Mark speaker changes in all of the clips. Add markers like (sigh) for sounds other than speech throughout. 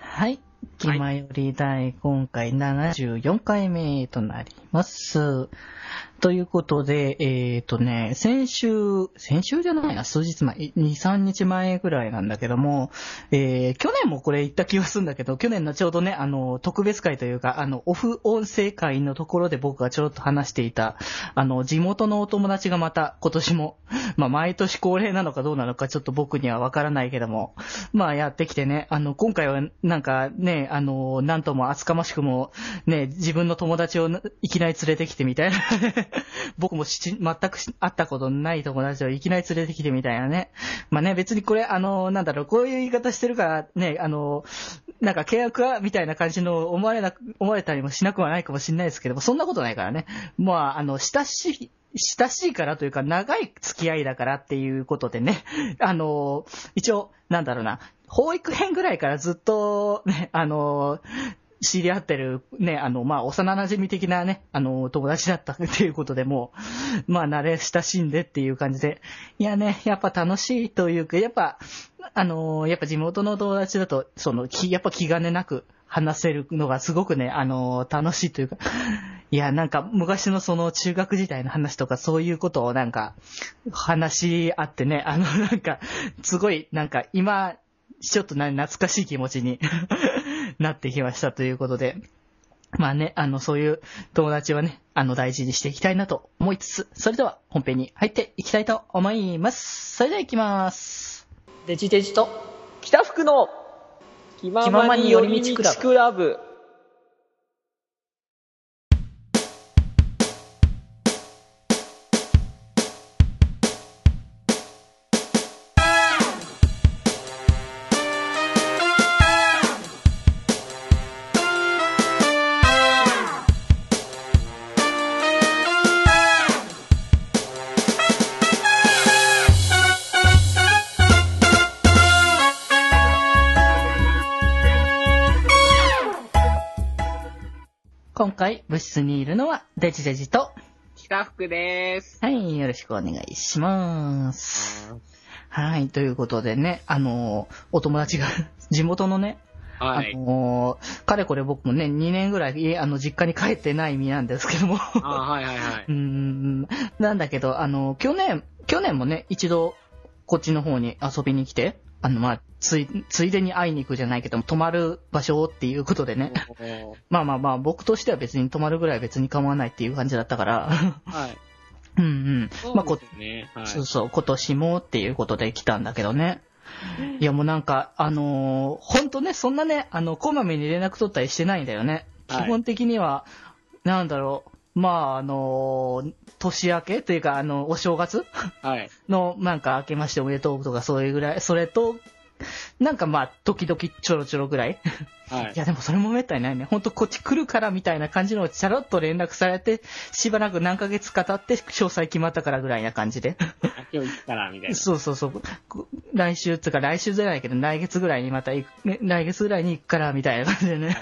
Speaker 1: はい。気前より第今回74回目となります。ということで、えっ、とね、先週、先週じゃないな、数日前、2、3日前ぐらいなんだけども、えー去年もこれ言った気がするんだけど、去年のちょうどね、あの、特別会というか、あの、オフ音声会のところで僕がちょろっと話していた、あの、地元のお友達がまた今年も、まあ、毎年恒例なのかどうなのかちょっと僕にはわからないけども、 (laughs) まあやってきてね、あの、今回はなんかね、あの、なんとも厚かましくも、ね、自分の友達をいきなり連れてきてみたいな、 (laughs) 僕もしち全くし会ったことのない友達をいきなり連れてきてみたいなね。まあね、別にこれ、あの、なんだろう、こういう言い方してるから、ね、あの、なんか契約はみたいな感じの思われなく、思われたりもしなくはないかもしれないですけども、そんなことないからね。まあ、あの、親しい、親しいからというか、長い付き合いだからっていうことでね、あの、一応、なんだろうな、保育編ぐらいからずっと、ね、 (laughs) あの、知り合ってる、ね、あの、まあ、幼馴染的なね、あの、友達だったっていうことでもう、まあ、慣れ親しんでっていう感じで、いやね、やっぱ楽しいというか、やっぱ、あの、やっぱ地元の友達だと、その、きやっぱ気兼ねなく話せるのがすごくね、あの、楽しいというか、いや、なんか昔のその中学時代の話とかそういうことをなんか話し合ってね、あのなんかすごいなんか今ちょっとな懐かしい気持ちに (laughs) なってきましたということで。まあね、あのそういう友達はね、あの大事にしていきたいなと思いつつ、それでは本編に入っていきたいと思います。それでは行きます。
Speaker 2: デジデジと北福の気ままに寄り道クラブ
Speaker 1: 今回部室にいるのはデジデジと、
Speaker 2: 北福です
Speaker 1: はい、よろしくお願いします。はい、ということでね、あのーお友達が、地元のね、
Speaker 2: はい
Speaker 1: あのーかれこれ僕もね、2年ぐらい家、あの、実家に帰ってない身なんですけども、
Speaker 2: あはいはい
Speaker 1: (laughs)
Speaker 2: はいう
Speaker 1: ーん、なんだけど、あのー去年、去年もね、一度、こっちの方に遊びに来て、あの、まあ、つい、ついでに会いに行くじゃないけども、泊まる場所っていうことでね、
Speaker 2: おー
Speaker 1: まあまあまあ、僕としては別に泊まるぐらい別に構わないっていう感じだったから、 (laughs)
Speaker 2: はい
Speaker 1: うんうん。まあ、
Speaker 2: そ
Speaker 1: こ
Speaker 2: うですねはい
Speaker 1: そうそう、今年もっていうことで来たんだけどね。いやもうなんか、あのー、ほんとね、そんなね、あの、こまめに連絡取ったりしてないんだよね。
Speaker 2: はい
Speaker 1: 基本的には、なんだろう、まあ、あのー年明けというか、あの、お正月
Speaker 2: はい
Speaker 1: の、なんか、明けましておめでとうとか、そういうぐらい、それと、なんかまあ、時々ちょろちょろぐらい。
Speaker 2: はい
Speaker 1: いやでもそれもめったにないね。ほんとこっち来るからみたいな感じのをちゃらっと連絡されて、しばらく何ヶ月か経って詳細決まったからぐらいな感じで。
Speaker 2: あ今日行ったらみたいな
Speaker 1: そうそうそう。こ来週つうか来週じゃないけど、来月ぐらいにまた行く、ね来月ぐらいに行くから、みたいな感じでね。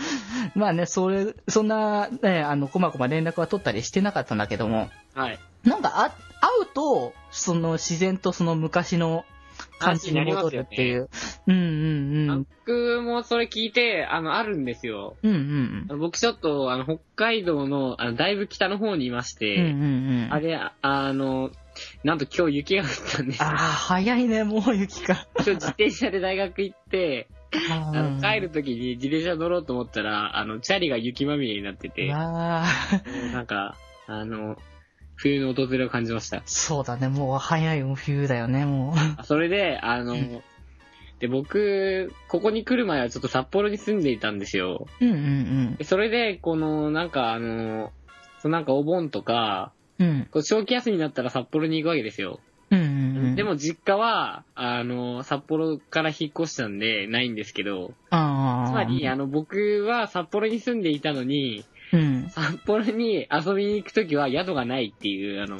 Speaker 1: (laughs) まあね、それ、そんな、ね、あの、こまこま連絡は取ったりしてなかったんだけども、
Speaker 2: はい
Speaker 1: なんかあ、会うと、その自然とその昔の感じに戻るっていう。うんうんうん。
Speaker 2: 僕もそれ聞いてあのあるんですよ
Speaker 1: うんうん
Speaker 2: あの僕ちょっとあの北海道のあのだいぶ北の方にいまし
Speaker 1: うん。うん
Speaker 2: て
Speaker 1: うんうん。
Speaker 2: あれああのなんと今日雪が降ったんです
Speaker 1: ああ、早いね、もう雪か。
Speaker 2: 今日自転車で大学行ってあの帰る時に自転車乗ろうと思ったら、あの、チャリが雪まみれになってて、
Speaker 1: わあ、
Speaker 2: もうなんか、あの、冬の訪れを感じ
Speaker 1: (laughs)
Speaker 2: ました。
Speaker 1: そうだね、もう早い冬だよね、もう。
Speaker 2: あそれで、あの、
Speaker 1: うん
Speaker 2: で、僕、ここに来る前はちょっと札幌に住んでいたんですよ。
Speaker 1: うんうん
Speaker 2: でそれで、この、なんかあの、そうなんかお盆とか、
Speaker 1: うん。うん。
Speaker 2: こう長期休みになったら札幌に行くわけですよ。
Speaker 1: うんうんうん。
Speaker 2: でも実家は、あの、札幌から引っ越したんで、ないんですけど、
Speaker 1: ああ。
Speaker 2: つまり、あの、僕は札幌に住んでいたのに、
Speaker 1: うん。
Speaker 2: 札幌に遊びに行くときは宿がないってい
Speaker 1: (laughs)
Speaker 2: う、あの、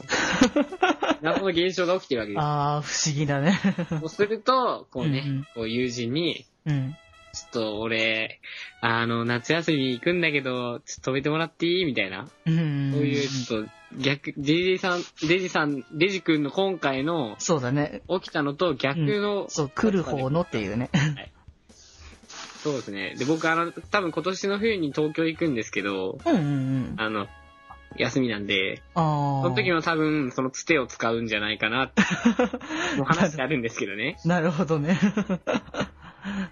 Speaker 2: 謎の現象が起きてるわけで
Speaker 1: ああ、不思議だね。
Speaker 2: す。そうすると、こうね、
Speaker 1: うんうん
Speaker 2: こう友人に、
Speaker 1: うん。
Speaker 2: ちょっと俺、あの、夏休み行くんだけど、ちょっと止めてもらっていいみたいな。
Speaker 1: うん
Speaker 2: そ
Speaker 1: ん。
Speaker 2: ういう、ちょっと、逆、デジさん、デジさん、デジ君の今回の
Speaker 1: そうだね。
Speaker 2: 起きたのと逆の、
Speaker 1: そう、来る方のっていうね。
Speaker 2: そうですね。で、僕、あの、多分今年の冬に東京行くんですけど、
Speaker 1: うんうんうん。
Speaker 2: あの、休みなんで、
Speaker 1: ああ。
Speaker 2: その時は多分、そのつてを使うんじゃないかな
Speaker 1: (laughs)
Speaker 2: って、もう話があるんですけどね。
Speaker 1: なるほど
Speaker 2: (laughs)
Speaker 1: ね。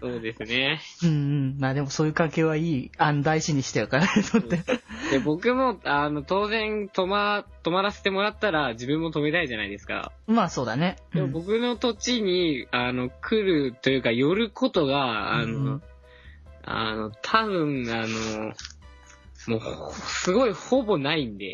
Speaker 2: そうですね。
Speaker 1: うんうん。まあでもそういう関係はいい。案大事にしてるからね、とって。
Speaker 2: (laughs) で、僕も、あの、当然、泊ま、泊まらせてもらったら、自分も泊めたいじゃないですか。
Speaker 1: まあそうだね。
Speaker 2: でも僕の土地に、あの、来るというか、寄ることが、あの、
Speaker 1: うん
Speaker 2: あの、多分、あの、もう、ほすごい、ほぼないんで、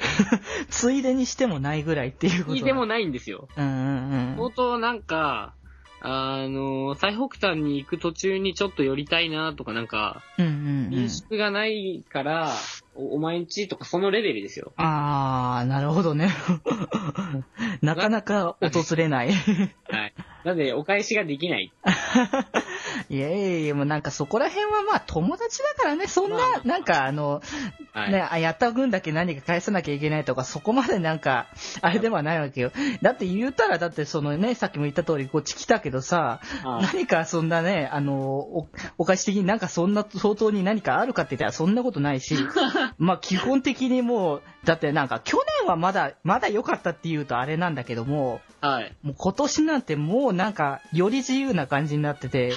Speaker 1: ついでにしてもないぐらいっていうことだ。
Speaker 2: 聞いてもないんですよ。
Speaker 1: うんうんう
Speaker 2: 相
Speaker 1: ん。
Speaker 2: 当なんか、あの、最北端に行く途中にちょっと寄りたいなとか、なんか、
Speaker 1: うんうんうん
Speaker 2: 民。宿がないから、おお前んちとか、そのレベルですよ。
Speaker 1: あー、なるほどね。 (laughs) なかなか訪れない。
Speaker 2: はい。なんで、お返しができない。
Speaker 1: (laughs) いやいやいや、もうなんかそこら辺はまあ友達だからね、そん
Speaker 2: まあまあ
Speaker 1: な、なんかあの、
Speaker 2: はい。
Speaker 1: ね、あやった分だけ何か返さなきゃいけないとか、そこまでなんか、あれではないわけよ。だって言うたら、だってそのね、さっきも言った通り、こっち来たけどさ、
Speaker 2: はい
Speaker 1: 何かそんなね、あの、お、お菓子的になんかそんな、相当に何かあるかって言ったらそんなこと
Speaker 2: (laughs)
Speaker 1: ないし、まあ基本的にもう、だってなんか去年はまだ、まだ良かったって言うとあれなんだけども、
Speaker 2: はい。
Speaker 1: もう今年なんてもうなんか、より自由な感じになってて、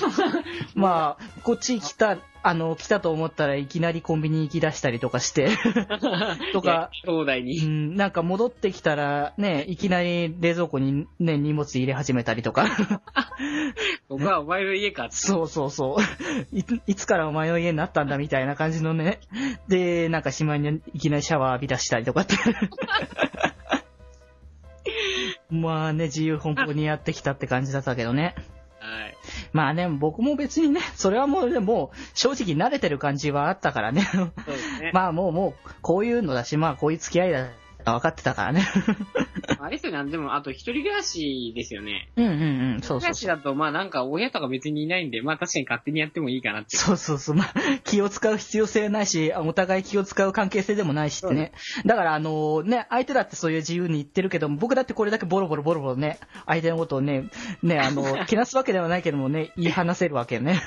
Speaker 1: まあ、こっち来た、あの、来たと思ったらいきなりコンビニ行き出したりとかして、 (laughs) とか、
Speaker 2: いや、兄弟
Speaker 1: う
Speaker 2: に。
Speaker 1: ん、なんか戻ってきたら、ね、いきなり冷蔵庫にね、荷物入れ始めたりとか、
Speaker 2: 僕はお前の家かって。
Speaker 1: そうそうそう、いついつからお前の家になったんだみたいな感じのね、で、なんかしまいにいきなりシャワー浴び出したりとかって。まあね、自由奔放にやってきたって感じだったけどね。
Speaker 2: はい。
Speaker 1: まあね、僕も別にね、 (laughs) それはもうでも、正直慣れてる感じはあったからね。
Speaker 2: そうですね。
Speaker 1: まあもうもう、こういうのだし、まあこういう付き合いだ、分かってたからね。
Speaker 2: あれですよね、でも、あと一人暮らしですよね。
Speaker 1: うんうんうん、そ
Speaker 2: 一人
Speaker 1: う
Speaker 2: 暮
Speaker 1: そう
Speaker 2: らし
Speaker 1: そう。
Speaker 2: だと、まあなんか、親とか別にいないんで、まあ確かに勝手にやってもいいかなって。
Speaker 1: そうそうそう。まあ、気を使う必要性ないし、あお互い気を使う関係性でもないしってね。だから、あのね、相手だってそういう自由に言ってるけども、僕だってこれだけボロボロボロボロね、相手のことをね、ね、あ (laughs) の、けなすわけではないけどもね、言い話せるわけね。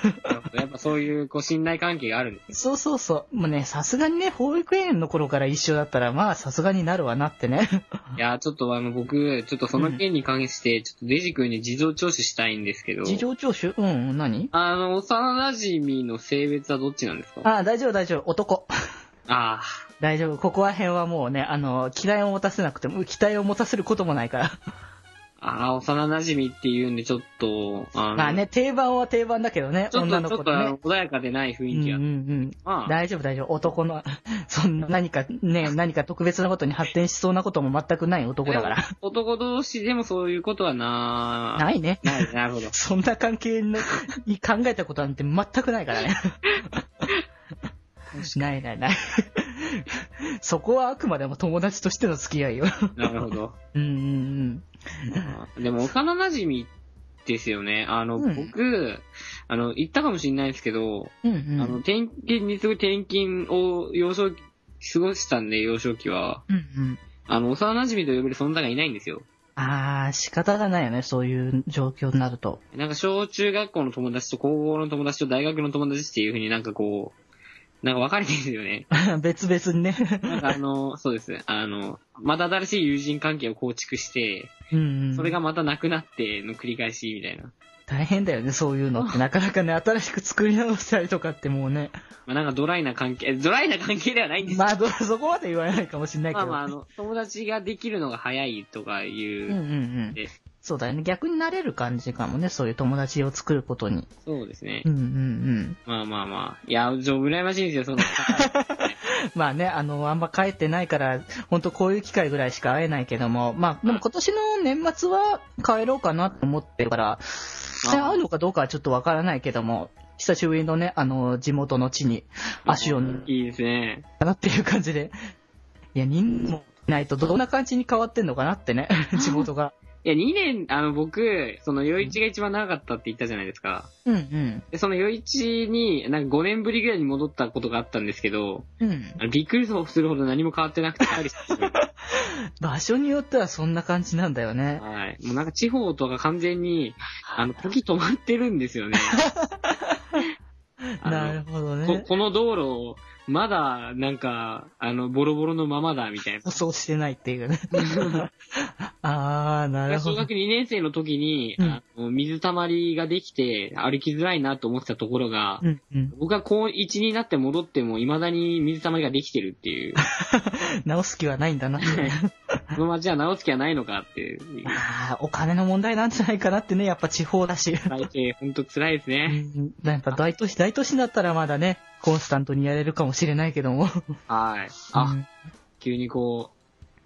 Speaker 2: やっぱそういう、こう、信頼関係があるんです。
Speaker 1: そうそうそう。もうね、さすがにね、保育園の頃から一緒だったら、まあ、さすがになるわなってね。
Speaker 2: いやー、ちょっとあの、僕、ちょっとその件に関して、ちょっとデジ君に事情聴取したいんですけど、
Speaker 1: 事情聴取うんうん、何
Speaker 2: あの、幼馴染の性別はどっちなんですか
Speaker 1: あ、大丈夫大丈夫、男。 (laughs)
Speaker 2: あ
Speaker 1: 大丈夫、ここら辺はもうね、あの、期待を持たせなくても、期待を持たせることもないから。
Speaker 2: あ、ああ、幼馴染っていうんで、ちょっと、あの、
Speaker 1: まあね、定番は定番だけどね、
Speaker 2: ちょっ
Speaker 1: 女
Speaker 2: と、
Speaker 1: の
Speaker 2: ちょ
Speaker 1: 子
Speaker 2: っと、
Speaker 1: と
Speaker 2: あ
Speaker 1: ね
Speaker 2: の。穏やかでない雰
Speaker 1: うん
Speaker 2: 囲
Speaker 1: うん
Speaker 2: 気
Speaker 1: う
Speaker 2: は。
Speaker 1: ん。
Speaker 2: まあ、
Speaker 1: 大丈夫大丈夫、男の、 (laughs) そんな何かね、何か特別なことに発展しそうなことも全くない男だから。
Speaker 2: 男同士でもそういうことはな
Speaker 1: ないね。
Speaker 2: ない、なるほど。
Speaker 1: そんな関係の、に考えたことなんて全くないからね。ないないない。そこはあくまでも友達としての付き合いよ。
Speaker 2: なるほど。
Speaker 1: うんうん
Speaker 2: でも、幼馴染ですよね。あの、
Speaker 1: うん
Speaker 2: 僕、あの、言ったかもしれないですけど、
Speaker 1: うん。うんうん。
Speaker 2: あの、転勤にすごい転勤を幼少期、過ごしたんで、幼少期は。
Speaker 1: うんうん。
Speaker 2: あの、幼馴染と呼べる存在がいないんですよ。
Speaker 1: あー、仕方がないよね、そういう状況になると。 (laughs)
Speaker 2: なんか、小中学校の友達と高校の友達と大学の友達っていう風になんかこう、なんか分かれてるんですよね。
Speaker 1: 別々にね。
Speaker 2: なんかあの、 (laughs) そうですね。あの、また新しい友人関係を構築して、
Speaker 1: うんうん。
Speaker 2: それがまたなくなっての繰り返しみたいな。
Speaker 1: 大変だよね、そういうのって。なかなかね、新しく作り直したりとかってもうね。
Speaker 2: まあ、なんかドライな関係、ドライな関係ではないんですけど
Speaker 1: まあ、どそこまで言わないかもしれないけ
Speaker 2: まあ
Speaker 1: ど。
Speaker 2: まあ、あの、友達ができるのが早いとかいう、
Speaker 1: うんうんうん。
Speaker 2: で
Speaker 1: そうだよね。逆になれる感じかもね。そういう友達を作ることに。
Speaker 2: そうですね
Speaker 1: う。んうんうん。
Speaker 2: まあまあまあ。いや、ちょ、羨ましいんですよ、その、
Speaker 1: まあね、あの、あんま帰ってないから、ほんとこういう機会ぐらいしか会えないけども、まあ、でも今年の年末は帰ろうかなと思ってるから、実際会うのかどうかはちょっとわからないけども、久しぶりのね、あの、地元の地に (laughs) 足を抜
Speaker 2: いいですね。
Speaker 1: かなっていう感じで。いや、人もいないとどんな感じに変わってんのかなって (laughs) ね、地元が。
Speaker 2: いや、2年、あの、僕、その、余一が一番長かったって言ったじゃないですか。
Speaker 1: うんうん。
Speaker 2: で、その余一に、なんか5年ぶりぐらいに戻ったことがあったんですけど、
Speaker 1: うん
Speaker 2: あ。のびっくりするほど何も変わってなくて、びっくりしたんですよ
Speaker 1: 場所によってはそんな感じなんだよね。
Speaker 2: はい。もうなん
Speaker 1: (laughs)
Speaker 2: か地方とか完全に、あの、時止まってるんですよね。あの
Speaker 1: なるほど
Speaker 2: こ
Speaker 1: ね。
Speaker 2: この道路、まだ、なんか、あの、ボロボロのままだ、みたいな
Speaker 1: 舗。装してないって
Speaker 2: (laughs)
Speaker 1: いうね。ああ、なるほ
Speaker 2: 小
Speaker 1: ど。
Speaker 2: 学2年生の時に、
Speaker 1: うん
Speaker 2: あの水たまりができて、歩きづらいなと思ってたところが、
Speaker 1: うんうん。
Speaker 2: 僕が高1になって戻っても、未だに水たまりができてるっ
Speaker 1: (laughs)
Speaker 2: ていう。
Speaker 1: 直す気はないんだな。
Speaker 2: この街は直す気はないのかっていう。
Speaker 1: (laughs) ああ、お金の問題なんじゃないかなってね、やっぱ地方だし。
Speaker 2: 体系、ほんと辛いです
Speaker 1: う
Speaker 2: ね。
Speaker 1: んやっぱ大都市、大都市だったらまだね、コンスタントにやれるかもしれないけども。
Speaker 2: はい。あ、急にこう、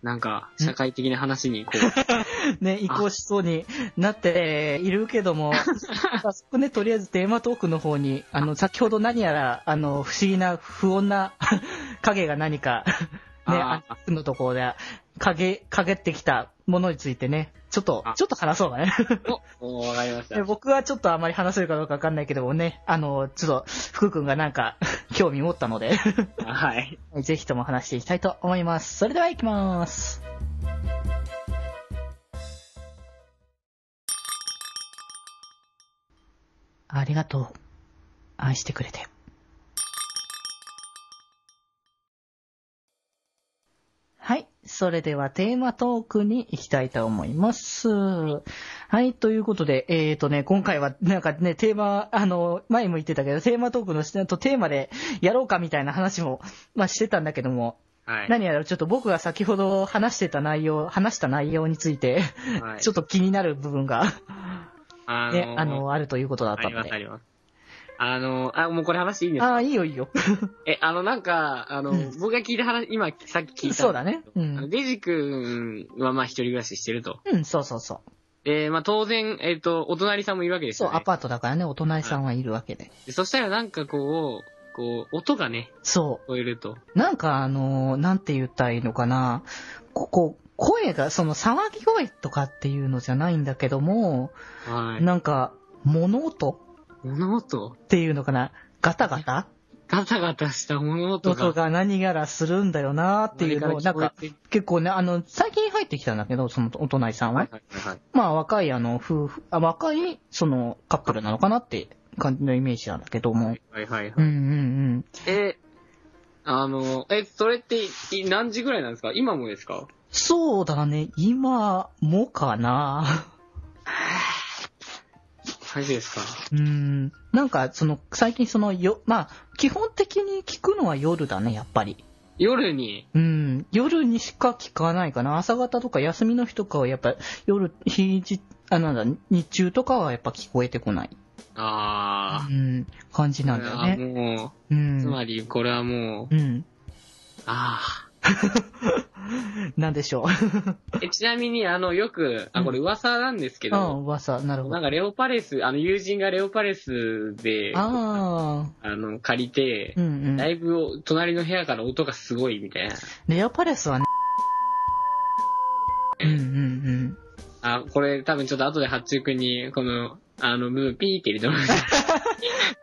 Speaker 2: なんか、社会的な話に、こ
Speaker 1: (laughs)
Speaker 2: う、
Speaker 1: ね、移行しそうになっているけど
Speaker 2: (laughs)
Speaker 1: も、早速ね、とりあえずテーマトークの方に、あの、先ほど何やら、あの、不思議な、不穏な (laughs) 影が何か、ね、
Speaker 2: あ
Speaker 1: あのところで、影、影ってきたものについてね、ちょっと
Speaker 2: あ、
Speaker 1: ちょっと話そうか
Speaker 2: (laughs)
Speaker 1: ね。
Speaker 2: お、わかりました
Speaker 1: で。僕はちょっとあまり話せるかどうかわかんないけどもね、あの、ちょっと、福君がなんか、興味持ったので、
Speaker 2: はい。
Speaker 1: ぜひとも話していきたいと思います。それでは行きます。ありがとう。愛してくれて。はい。それではテーマトークに行きたいと思います。はい。ということで、えーとね、今回はなんかね、テーマ、あの、前も言ってたけど、テーマトークのしとテーマでやろうかみたいな話も、まあしてたんだけども、
Speaker 2: はい。
Speaker 1: 何やらちょっと僕が先ほど話してた内容、話した内容について、
Speaker 2: はい
Speaker 1: ちょっと気になる部分が、
Speaker 2: あ
Speaker 1: ね、あの、あるということだっ
Speaker 2: あ
Speaker 1: た
Speaker 2: り
Speaker 1: の
Speaker 2: ます、あ
Speaker 1: で。
Speaker 2: ります。あの、あ、もうこれ話していいんですか
Speaker 1: ああ、いいよいいよ。
Speaker 2: え、あの、なんか、あの、
Speaker 1: うん
Speaker 2: 僕が聞いた話、今、さっき聞いたんですけど。
Speaker 1: そうだねうん
Speaker 2: あのデジ君は、まあ、一人暮らししてると。
Speaker 1: うん、そうそうそ
Speaker 2: で、まあ、当然、えっ、と、お隣さんもいるわけ
Speaker 1: う。
Speaker 2: です
Speaker 1: そう
Speaker 2: よ、、ね。
Speaker 1: アパートだからね、お隣さんはいるわけで。
Speaker 2: でそしたら、なんかこう、こう、音がね、
Speaker 1: そ
Speaker 2: 聞こえると。
Speaker 1: う。なんかあのー、なんて言ったらいいのかな。ここ、声が、その騒ぎ声とかっていうのじゃないんだけども、
Speaker 2: はい。
Speaker 1: なんか、物音
Speaker 2: 物音
Speaker 1: っていうのかな。ガタガタ
Speaker 2: ガタガタした物音が。
Speaker 1: 音が何やらするんだよなーっていうのを、なんか、
Speaker 2: 隣ら聞こ
Speaker 1: 結構ね、あの、最近入ってきたんだけど、そのお隣さんは。
Speaker 2: えてはいはいはい。
Speaker 1: まあ、若い、あの、夫婦、あ若い、その、カップルなのかなって感じのイメージなんだけども。
Speaker 2: はいはいは
Speaker 1: うん
Speaker 2: い。
Speaker 1: うんうん。
Speaker 2: え、あの、え、それって、い何時ぐらいなんですか今もですか
Speaker 1: そうだね、今もかな。
Speaker 2: マジですか
Speaker 1: うん。なんか、その、最近その、よ、まあ、基本的に聞くのは夜だね、やっぱり。
Speaker 2: 夜に、
Speaker 1: うん。夜にしか聞かないかな。朝方とか休みの日とかはやっぱ夜、日じ、あ、なんだ、日中とかはやっぱ聞こえてこない。
Speaker 2: あ
Speaker 1: う
Speaker 2: ー。
Speaker 1: ん。感じなんだよ
Speaker 2: あ
Speaker 1: ね。
Speaker 2: もう、
Speaker 1: うん。
Speaker 2: つまり、これはもう、
Speaker 1: うん。
Speaker 2: あ
Speaker 1: なんでしょう。
Speaker 2: あ。え、ちなみに、あの、よく、あ、これ噂なんですけ
Speaker 1: あ、
Speaker 2: ど、
Speaker 1: 噂、なるほ
Speaker 2: なん
Speaker 1: ど。
Speaker 2: かレオパレス、あの、友人がレオパレスで、あ
Speaker 1: ああ、
Speaker 2: の、借りて
Speaker 1: う、んう
Speaker 2: だ
Speaker 1: ん。
Speaker 2: いぶお、隣の部屋から音がすごい、みたいな。
Speaker 1: レアパレスはね、うんうん
Speaker 2: あ、これ多分ちょっと後で八中くんに、この、あの、部分ピーって入れてもらっ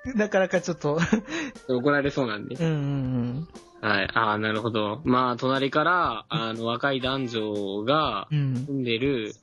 Speaker 1: うん。なかなかちょっと、
Speaker 2: て怒られそうなんで。
Speaker 1: うんうん
Speaker 2: はい。ああ、なるほど。まあ、隣から、あの、若い男女が
Speaker 1: うん。うん。
Speaker 2: 住んでる、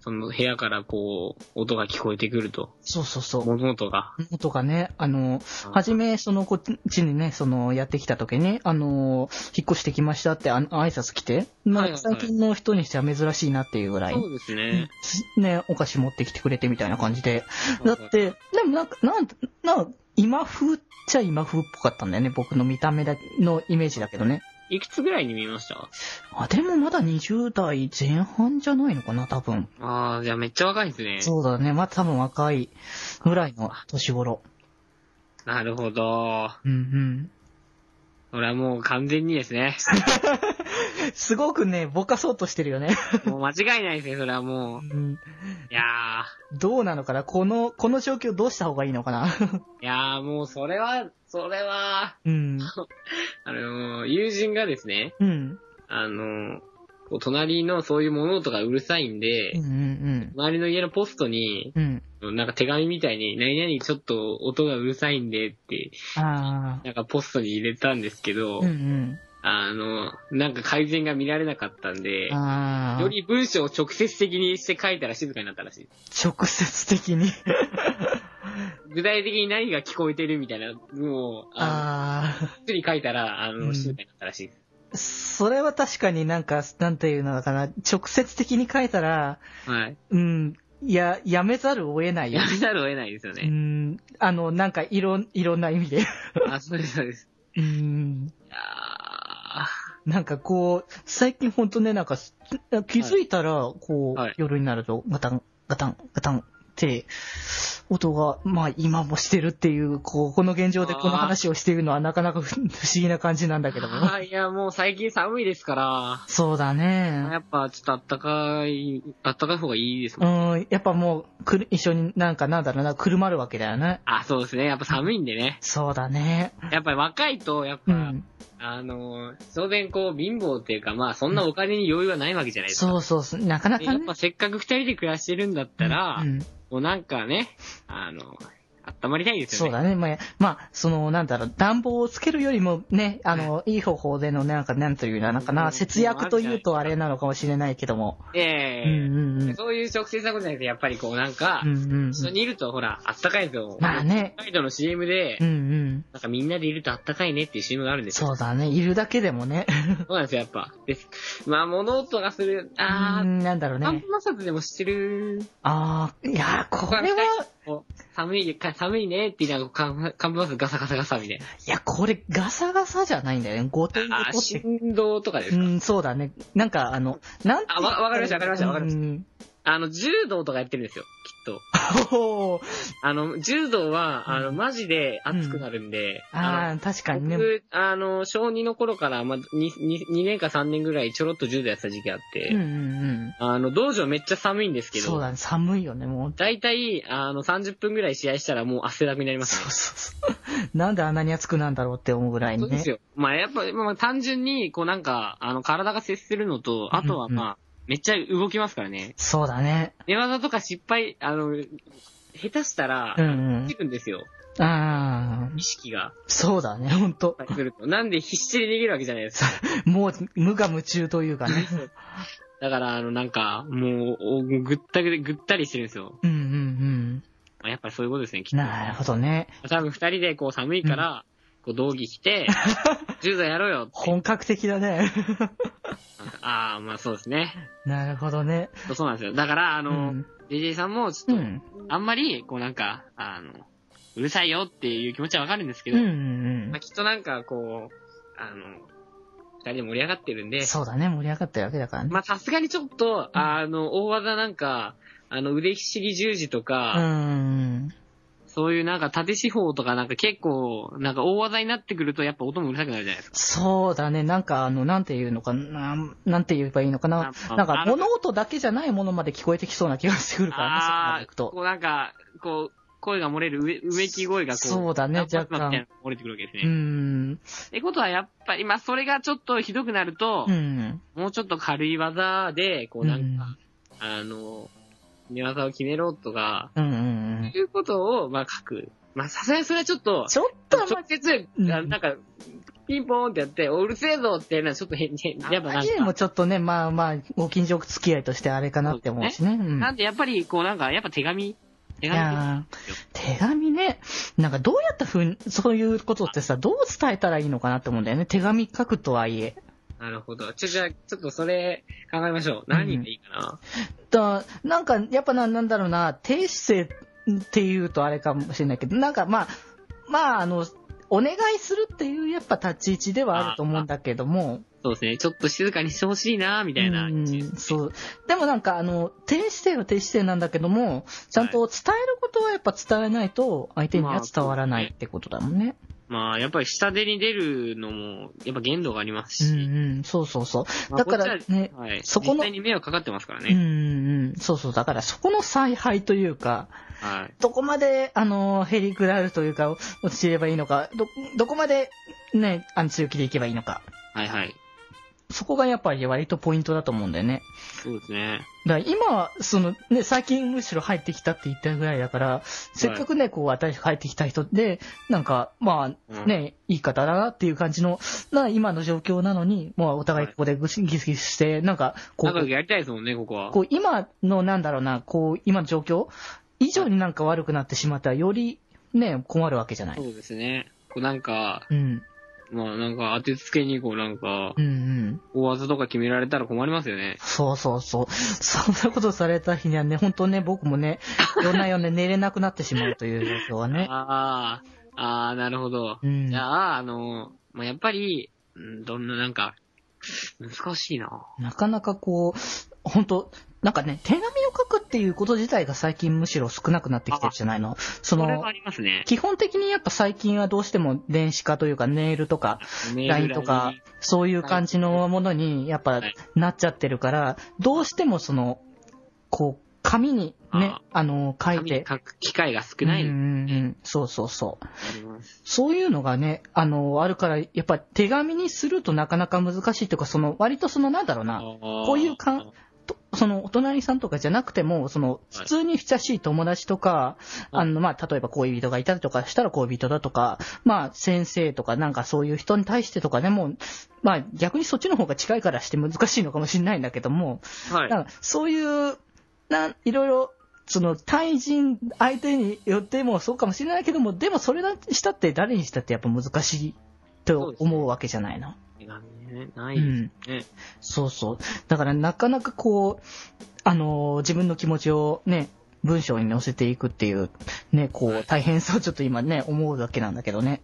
Speaker 2: その部屋からこう、音が聞こえてくると。
Speaker 1: そうそうそう。
Speaker 2: 物音が。
Speaker 1: とかね、あの、はじめ、その、こっちにね、その、やってきた時に、あの、引っ越してきましたって、あの、挨拶来て、ま
Speaker 2: はいは
Speaker 1: あ、
Speaker 2: い
Speaker 1: 最近の人にしては珍しいなっていうぐらい、
Speaker 2: そうですね。
Speaker 1: ね、お菓子持ってきてくれてみたいな感じで、だって、でもなんか、なん、なん、今風っちゃ今風っぽかったんだよね。僕の見た目だのイメージだけどね。
Speaker 2: いくつぐらいに見ました
Speaker 1: あ、でもまだ20代前半じゃないのかな、多分。
Speaker 2: ああ、じゃあめっちゃ若いですね。
Speaker 1: そうだね。まあ多分若いぐらいの年頃。
Speaker 2: なるほど。
Speaker 1: うん
Speaker 2: これはもう完全にです (laughs) ね。
Speaker 1: うん。すごくね、ぼかそうとしてるよね。
Speaker 2: もう間違いないですね、それはも
Speaker 1: う。
Speaker 2: う
Speaker 1: ん
Speaker 2: いや
Speaker 1: どうなのかなこの、この状況どうした方がいいのかな (laughs)
Speaker 2: ー。いやー、もうそれは、それは、
Speaker 1: うん。
Speaker 2: あのー、友人がですね、
Speaker 1: うん。
Speaker 2: あのー、こう隣のそういう物音がうるさいんで
Speaker 1: うんう、ん
Speaker 2: 隣の家のポストに、
Speaker 1: うん。うん。
Speaker 2: なんか手紙みたいに、何々ちょっと音がうるさいんでって、
Speaker 1: ああ。
Speaker 2: なんかポストに入れたんですけど、
Speaker 1: うん
Speaker 2: あの、なんか改善が見られなかったんで
Speaker 1: うん。、ああ。
Speaker 2: より文章を直接的にして書いたら静かになったらしい。
Speaker 1: 直接的に。
Speaker 2: 具体的に何が聞こえてるみたいな、もう、あ
Speaker 1: ああ。
Speaker 2: の、普通に書いたら、あ
Speaker 1: う
Speaker 2: の、
Speaker 1: ん
Speaker 2: しんどかったらしいです。
Speaker 1: それは確かになんか、なんていうのかな、直接的に書いたら、
Speaker 2: はい。
Speaker 1: うん、いや、やめざるを得ないよ
Speaker 2: や。めざるを得ないですよ
Speaker 1: う
Speaker 2: ね。
Speaker 1: ん、あの、なんか、いろ、いろんな意味で。
Speaker 2: あ、そうです、そうです。
Speaker 1: うん、
Speaker 2: いやー
Speaker 1: なんかこう、最近ほんとね、なんか、気づいたら、こう、
Speaker 2: はい
Speaker 1: 夜になると、ガタン、ガタン、ガタンって、音が、まあ今もしてるっていう、こう、この現状でこの話をしているのはなかなか不不思議な感じなんだけども。
Speaker 2: あーいや、もう最近寒いですから、
Speaker 1: そうだね。
Speaker 2: やっぱちょっとあったかい、あったかい方がいいです
Speaker 1: う
Speaker 2: もん。
Speaker 1: ん、やっぱもう、くる、一緒になんかなんだろうな、くるまるわけだよね。
Speaker 2: あ、そうですね。やっぱ寒いんでね。
Speaker 1: そうだね。
Speaker 2: やっぱり若いと、やっ
Speaker 1: う
Speaker 2: ぱ、
Speaker 1: ん。
Speaker 2: あのー、当然こう、貧乏っていうか、まあ、そんなお金に余裕はないわけじゃないですか。
Speaker 1: そうそうそう、なかな
Speaker 2: で
Speaker 1: か
Speaker 2: やっ
Speaker 1: ね。
Speaker 2: ぱせっかく二人で暮らしてるんだったら、
Speaker 1: うん、
Speaker 2: もうなんかね、あの、温まりたいです
Speaker 1: そ
Speaker 2: よ
Speaker 1: う
Speaker 2: ね。
Speaker 1: だね。まあ、まあ、その、なんだろう、暖房をつけるよりもね、あの、いい方法での、なんか、なんというのか
Speaker 2: う
Speaker 1: な、
Speaker 2: ん
Speaker 1: 節約というとあれなのかもしれないけども。うん
Speaker 2: え
Speaker 1: う
Speaker 2: え
Speaker 1: んうん。
Speaker 2: そういう直接なことじゃなくて、やっぱりこうなんか、
Speaker 1: うんうんうん
Speaker 2: 一緒にいるとほら、あったかいと。
Speaker 1: まあね。
Speaker 2: 北海道の CM で、
Speaker 1: うんうん。
Speaker 2: なんかみんなでいるとあったかいねっていう CM があるんですよ。
Speaker 1: そうだね。いるだけでもね。
Speaker 2: そうなんですよ、やっぱ。です。まあ、物音がする、あ
Speaker 1: う
Speaker 2: ー、
Speaker 1: んなんだろう
Speaker 2: 寒
Speaker 1: ね。
Speaker 2: 摩擦でもしてる。
Speaker 1: ああ、いやー、これは、
Speaker 2: こう寒い、か寒いねって言いながら、寒摩擦ガサガサガサみたい
Speaker 1: いや、これガサガサじゃないんだよね。ごとんご
Speaker 2: な。あー、
Speaker 1: とって
Speaker 2: 振動とかです
Speaker 1: う
Speaker 2: か。
Speaker 1: ん、そうだね。なんか、あの、なんて
Speaker 2: あ、わ、わかりました、わかりました、わかりまし
Speaker 1: うん
Speaker 2: た。あの、柔道とかやってるんですよ、きっと。
Speaker 1: おー
Speaker 2: あの、柔道は、
Speaker 1: うん
Speaker 2: あの、マジで熱くなるんで、
Speaker 1: ああ、確か
Speaker 2: の、
Speaker 1: にね。
Speaker 2: 僕、あの、小2の頃から、まあ、2, 2年か3年ぐらいちょろっと柔道やってた時期あって、
Speaker 1: うんうんうん。
Speaker 2: あの、道場めっちゃ寒いんですけ
Speaker 1: そう
Speaker 2: ど、
Speaker 1: だね。寒いよね、もう。
Speaker 2: だいたい、あの、30分ぐらい試合したらもう汗だくになります
Speaker 1: そう
Speaker 2: ね。
Speaker 1: そうそう。 (laughs) なんであんなに暑くなんだろうって思うぐらい
Speaker 2: そう
Speaker 1: に
Speaker 2: で
Speaker 1: ね
Speaker 2: す。よ。まあ、やっぱ、まあ、単純に、こうなんか、あの、体が接するのと、あとは
Speaker 1: うんうん
Speaker 2: まあ、めっちゃ動きますからね。
Speaker 1: そうだね。
Speaker 2: 寝技とか失敗、あの、下手したら、
Speaker 1: うん
Speaker 2: 落ちてくんですよ。
Speaker 1: うん。ああ、
Speaker 2: 意識が。
Speaker 1: そうだね、ほんと。
Speaker 2: すると。なんで必死で逃げるわけじゃないですか
Speaker 1: もう、無我夢中というかね。
Speaker 2: だから、あの、なんか、もうお、ぐったぐ、ぐったりしてるんですよ。
Speaker 1: うんうん
Speaker 2: まあやっぱりそういうことですね、き
Speaker 1: うん。
Speaker 2: っ
Speaker 1: なるほどね。
Speaker 2: と。多分二人で、こう、寒いから、こう、道着
Speaker 1: (laughs)
Speaker 2: 着て、柔道やろうよって。
Speaker 1: 本格的だね。 (laughs)
Speaker 2: なんかああ、まあそうですね。
Speaker 1: なるほどね。
Speaker 2: そうそうなんですよ。だから、あ
Speaker 1: う
Speaker 2: の、
Speaker 1: ん。
Speaker 2: JJ さんも、ち
Speaker 1: う
Speaker 2: ょっと、
Speaker 1: ん。
Speaker 2: あんまり、こうなんか、あの、うるさいよっていう気持ちはわかるんですけ
Speaker 1: うんう
Speaker 2: ど、
Speaker 1: ん
Speaker 2: まあきっとなんか、こう、あの、二人で盛り上がってるん
Speaker 1: う
Speaker 2: で
Speaker 1: ん。、そうだね、盛り上がってるわけだからね。
Speaker 2: まあさすがにちょっと、あの、大技なんか、あの、腕ひしぎ十字とか、
Speaker 1: うん。
Speaker 2: そういうなんか縦四方とかなんか結構、なんか大技になってくるとやっぱ音もうるさくなるじゃないですか。
Speaker 1: そうだね。なんか、あの、なんていうのかな、なんて言えばいいのかな。
Speaker 2: あ
Speaker 1: なんか
Speaker 2: あ、の
Speaker 1: 物音だけじゃないものまで聞こえてきそうな気がしてくるからね、そこま
Speaker 2: あ
Speaker 1: で
Speaker 2: あ
Speaker 1: 行く
Speaker 2: ー、
Speaker 1: と。
Speaker 2: こうなんか、こう、声が漏れる植植木声がこう、
Speaker 1: そうだね、若
Speaker 2: みたいな
Speaker 1: 干。
Speaker 2: のが漏れてくるわけです
Speaker 1: う
Speaker 2: ね。
Speaker 1: ん。
Speaker 2: ってことはやっぱり、まあそれがちょっとひどくなると、
Speaker 1: うん。
Speaker 2: もうちょっと軽い技で、こうなんか、あの、寝技を決めろとか、
Speaker 1: うんうんうん。
Speaker 2: いうことを、まあ書く。まあさすがにそれはちょっと、
Speaker 1: ちょっとあんま
Speaker 2: 直接、
Speaker 1: うん
Speaker 2: あのなんか、ピンポーンってやって、おうるせえぞってやるのはちょっと変、変、やっぱ
Speaker 1: あ
Speaker 2: な
Speaker 1: ま
Speaker 2: ん
Speaker 1: りにも
Speaker 2: か、
Speaker 1: ちょっとね、まあまあ、ご近所付き合いとしてあれかなって思うしね。うん。
Speaker 2: なんでやっぱり、こうなんか、やっぱ手紙、手
Speaker 1: い
Speaker 2: 紙
Speaker 1: やー手紙ね、なんかどうやったふうに、そういうことってさ、どう伝えたらいいのかなって思うんだよね。手紙書くとはいえ。
Speaker 2: なるほど。ちょ、じゃあちょっとそれ考えましょう。何でいいかな、
Speaker 1: だなんか、やっぱな、なんだろうな、低姿勢っていうとあれかもしれないけど、なんかまあ、まあ、あの、お願いするっていうやっぱ立ち位置ではあると思うんだけども、
Speaker 2: そうですね。ちょっと静かにしてほしいな、みたいな。
Speaker 1: うん、そう。でもなんか、あの、低姿勢は低姿勢なんだけども、ちゃんと伝えることはやっぱ伝えないと、相手には伝わらないってことだもんね。
Speaker 2: まあ、やっぱり下手に出るのも、やっぱ限度があります
Speaker 1: う
Speaker 2: し。
Speaker 1: ん、うん、そうそうそう。
Speaker 2: ま
Speaker 1: だ
Speaker 2: あ
Speaker 1: から
Speaker 2: こっちは
Speaker 1: ね、
Speaker 2: はい。
Speaker 1: そこの
Speaker 2: 実際に迷惑かかってますから
Speaker 1: うん、う
Speaker 2: ね。
Speaker 1: ん、そうそう。だからそこの采配というか、
Speaker 2: はい。
Speaker 1: どこまで、あの、へりくだるというか、落ちればいいのか、ど、どこまで、ね、あの、強気でいけばいいのか。
Speaker 2: はいはい。
Speaker 1: そこがやっぱり割とポイントだと思うんだよね。
Speaker 2: そうですね。
Speaker 1: だから今、そのね、最近むしろ入ってきたって言ったぐらいだから、せっかくね、こう、私入ってきた人で、なんか、ま
Speaker 2: うん
Speaker 1: あ、ね、いい方だなっていう感じの、な、今の状況なのに、もうお互い
Speaker 2: はい
Speaker 1: ここでぐしギスギスして、なんか、こ
Speaker 2: 仲良く
Speaker 1: う、
Speaker 2: やりたいですもんね、ここは。
Speaker 1: こう今のなんだろうな、こう、今の状況以上になんか悪くなってしまったら、よりね、困るわけじゃない。
Speaker 2: そうですね。こうなんか、
Speaker 1: うん。
Speaker 2: まあなんか当てつけにこうなんか
Speaker 1: う、んうん。
Speaker 2: 大技とか決められたら困りますよね。
Speaker 1: そうそうそう。 (laughs) そんなことされた日にはね、本当ね、僕もね、夜な夜な寝れなくなってしまうという状況はね。
Speaker 2: ああ、ああ、なるほど。
Speaker 1: うん
Speaker 2: じゃあ、あの、まあ、やっぱり、うんどんななんか、難しいな。
Speaker 1: なかなかこう、本当なんかね、手紙を書くっていうこと自体が最近むしろ少なくなってきてるじゃないの。そ
Speaker 2: これ
Speaker 1: の
Speaker 2: はあ、りますね。
Speaker 1: 基本的にやっぱ最近はどうしても電子化というかネイルとか、
Speaker 2: メール
Speaker 1: LINE とか、そういう感じのものにやっぱ
Speaker 2: はい
Speaker 1: なっちゃってるから、どうしてもその、こう、紙にね
Speaker 2: あ、
Speaker 1: あの、書い
Speaker 2: 紙に
Speaker 1: て。
Speaker 2: 書く機会が少ない
Speaker 1: うんう
Speaker 2: の
Speaker 1: んうん。そうそうそう。
Speaker 2: あります。
Speaker 1: そういうのがね、あの、あるから、やっぱ手紙にするとなかなか難しいというか、その、割とその、なんだろうな、
Speaker 2: こ
Speaker 1: いう感とその、お隣さんとかじゃなくても、その、普通に親しい友達とか、
Speaker 2: はい
Speaker 1: あの、まあ、例えば恋人がいたりとかしたら恋人だとか、まあ、先生とかなんかそういう人に対してとかね、もう、まあ、逆にそっちの方が近いからして難しいのかもしれないんだけども、
Speaker 2: はい。
Speaker 1: だからそういう、なん、いろいろ、その、対人、相手によってもそうかもしれないけども、でもそれだしたって誰にしたってやっぱ難しいと思うわけじゃないの。
Speaker 2: 手紙ね、な
Speaker 1: う
Speaker 2: いです
Speaker 1: ん。
Speaker 2: ね。
Speaker 1: そうそう。だからなかなかこう、あのー自分の気持ちをね、文章に載せていくっていう、ね、こ
Speaker 2: は
Speaker 1: う
Speaker 2: い、
Speaker 1: 大変さをちょっと今ね、思うわけなんだけどね。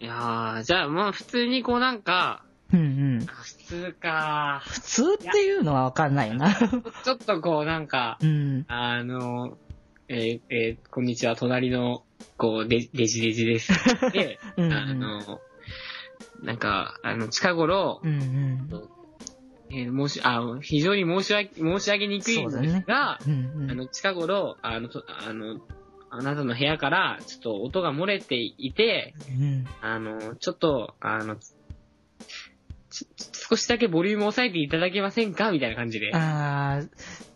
Speaker 2: いやーじゃあまあ普通にこうなんか、
Speaker 1: うんうん。
Speaker 2: 普通か
Speaker 1: 普通っていうのはわかんないよな。
Speaker 2: ちょっとこうなんか、
Speaker 1: うん。
Speaker 2: あの、えーえーこんにちは、隣の、こう、デジデジデジです。で、
Speaker 1: うんうん
Speaker 2: あの、なんか、あの、近頃
Speaker 1: う、んうん。
Speaker 2: えー、申し、あ非常に申し訳、申し上げにくいのですが、
Speaker 1: うん
Speaker 2: あの、近頃、あの、とあの、あなたの部屋から、ちょっと音が漏れていて、
Speaker 1: うん。
Speaker 2: あの、ちょっと、あの、ちち少しだけボリュームを抑えていただけませんかみたいな感じで。
Speaker 1: あー、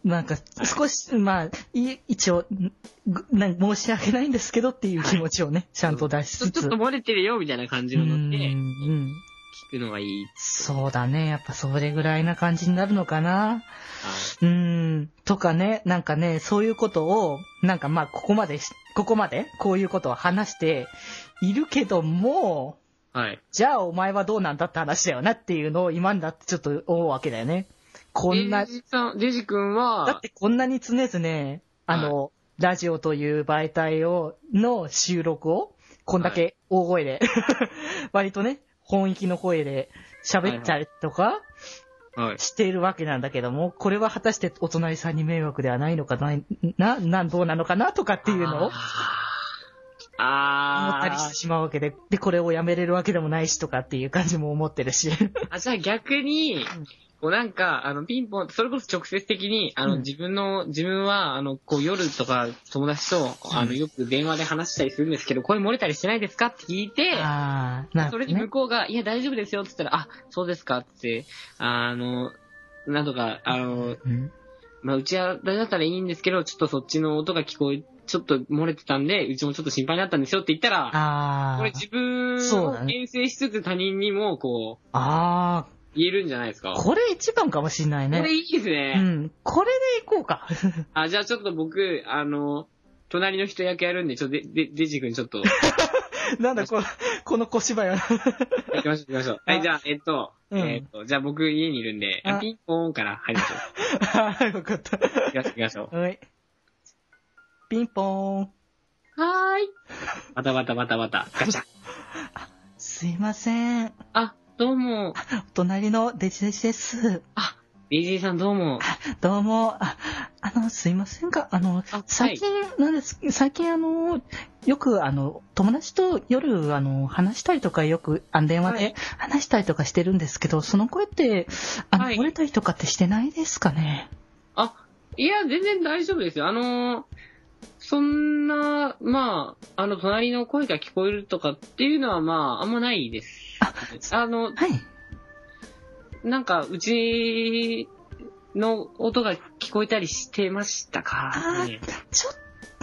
Speaker 1: なんか、少し、まあ、い一応、んぐなん申し訳ないんですけどっていう気持ちをね、ちゃんと出し
Speaker 2: ちょ
Speaker 1: つ
Speaker 2: ちょ
Speaker 1: つ。
Speaker 2: っと漏れてるよ、みたいな感じ
Speaker 1: う
Speaker 2: の
Speaker 1: んう
Speaker 2: のって、
Speaker 1: ん。
Speaker 2: 聞くのがいい。
Speaker 1: そうだね。やっぱそれぐらいな感じになるのかな。うーん、とかね、なんかね、そういうことを、なんかまあ、ここまでし、ここまで、こういうことを話しているけども、
Speaker 2: はい。
Speaker 1: じゃあお前はどうなんだって話だよなっていうのを今になってちょっと思うわけだよね。こんな、
Speaker 2: デジさん、デジ君
Speaker 1: だ
Speaker 2: は
Speaker 1: っ、てこんなに常々、あの、ラジオという媒体を、の収録を、こんだけ大声で、 (laughs) 割とね、本域の声で喋ったりとか、
Speaker 2: はい。
Speaker 1: しているわけなんだけども、これは果たしてお隣さんに迷惑ではないのかな、な、なん、どうなのかなとかっていうのを思っ
Speaker 2: あ
Speaker 1: たりしてしまうわけで、で、これをやめれるわけでもないしとかっていう感じも思ってるし。
Speaker 2: ーあ、じゃあ逆に、こうなんか、あの、ピンポン、それこそ直接的に、あの、
Speaker 1: うん
Speaker 2: 自分の、自分は、あの、こう夜とか友達と、あの、よく電話で話したりするんですけど、声漏れたりしてないですかって聞いて、
Speaker 1: (laughs) ああ、なる
Speaker 2: そ
Speaker 1: ほ
Speaker 2: れ
Speaker 1: ど
Speaker 2: に
Speaker 1: ね
Speaker 2: 向。こうが、いや、大丈夫ですよって言ったら、あ、そうですかって、あの、なんとか、あの、
Speaker 1: うん
Speaker 2: まあ、うちは大だったらいいんですけど、ちょっとそっちの音が聞こえ、ちょっと漏れてたんで、うちもちょっと心配になったんですよって言ったら、
Speaker 1: あ
Speaker 2: これ自分
Speaker 1: そうだ
Speaker 2: を
Speaker 1: ね
Speaker 2: 牽制しつつ他人にも、こう、
Speaker 1: あ、あ
Speaker 2: 言えるんじゃないですか。
Speaker 1: あ、
Speaker 2: こ
Speaker 1: これ一番かもしんないね。
Speaker 2: れいいですね。
Speaker 1: うん、これでいこうか。
Speaker 2: あ、じゃあちょっと僕、あの、隣の人役やるんで、ちょっとで、で、デジ君ちょっと、
Speaker 1: (laughs) なんだ、この、この小芝居は。 (laughs)
Speaker 2: 行きましょう行きましょう。はい、じゃあ、えっと、
Speaker 1: うん
Speaker 2: えっと、じゃあ僕家にいるんで、
Speaker 1: あ
Speaker 2: ピンポーンから入りましょう。
Speaker 1: ああ、よかった。
Speaker 2: 行きましょう行きましょ
Speaker 1: はい。ピンポーン。
Speaker 2: う。はーい。バタバタバタバタ、ガチャ。
Speaker 1: すいません。
Speaker 2: あ、どうも。
Speaker 1: お隣のデジデジです。
Speaker 2: あ、デジさんどうも。
Speaker 1: どうも、あ、あの、すいませんが、あの、
Speaker 2: はい
Speaker 1: 最近なんです、最近あの、よくあの、友達と夜、あの、話したりとか、よく、あ電話
Speaker 2: はい
Speaker 1: で話したりとかしてるんですけど、その声って、あの、
Speaker 2: はい
Speaker 1: 漏れたりとかってしてないですかね
Speaker 2: あ、いや、全然大丈夫ですよ。あのーそんな、まあ、あの、隣の声が聞こえるとかっていうのは、まあ、あんまないです。あ
Speaker 1: は
Speaker 2: の、
Speaker 1: い。
Speaker 2: なんか、うちの音が聞こえたりしてましたか、
Speaker 1: あー
Speaker 2: ね
Speaker 1: ちょっ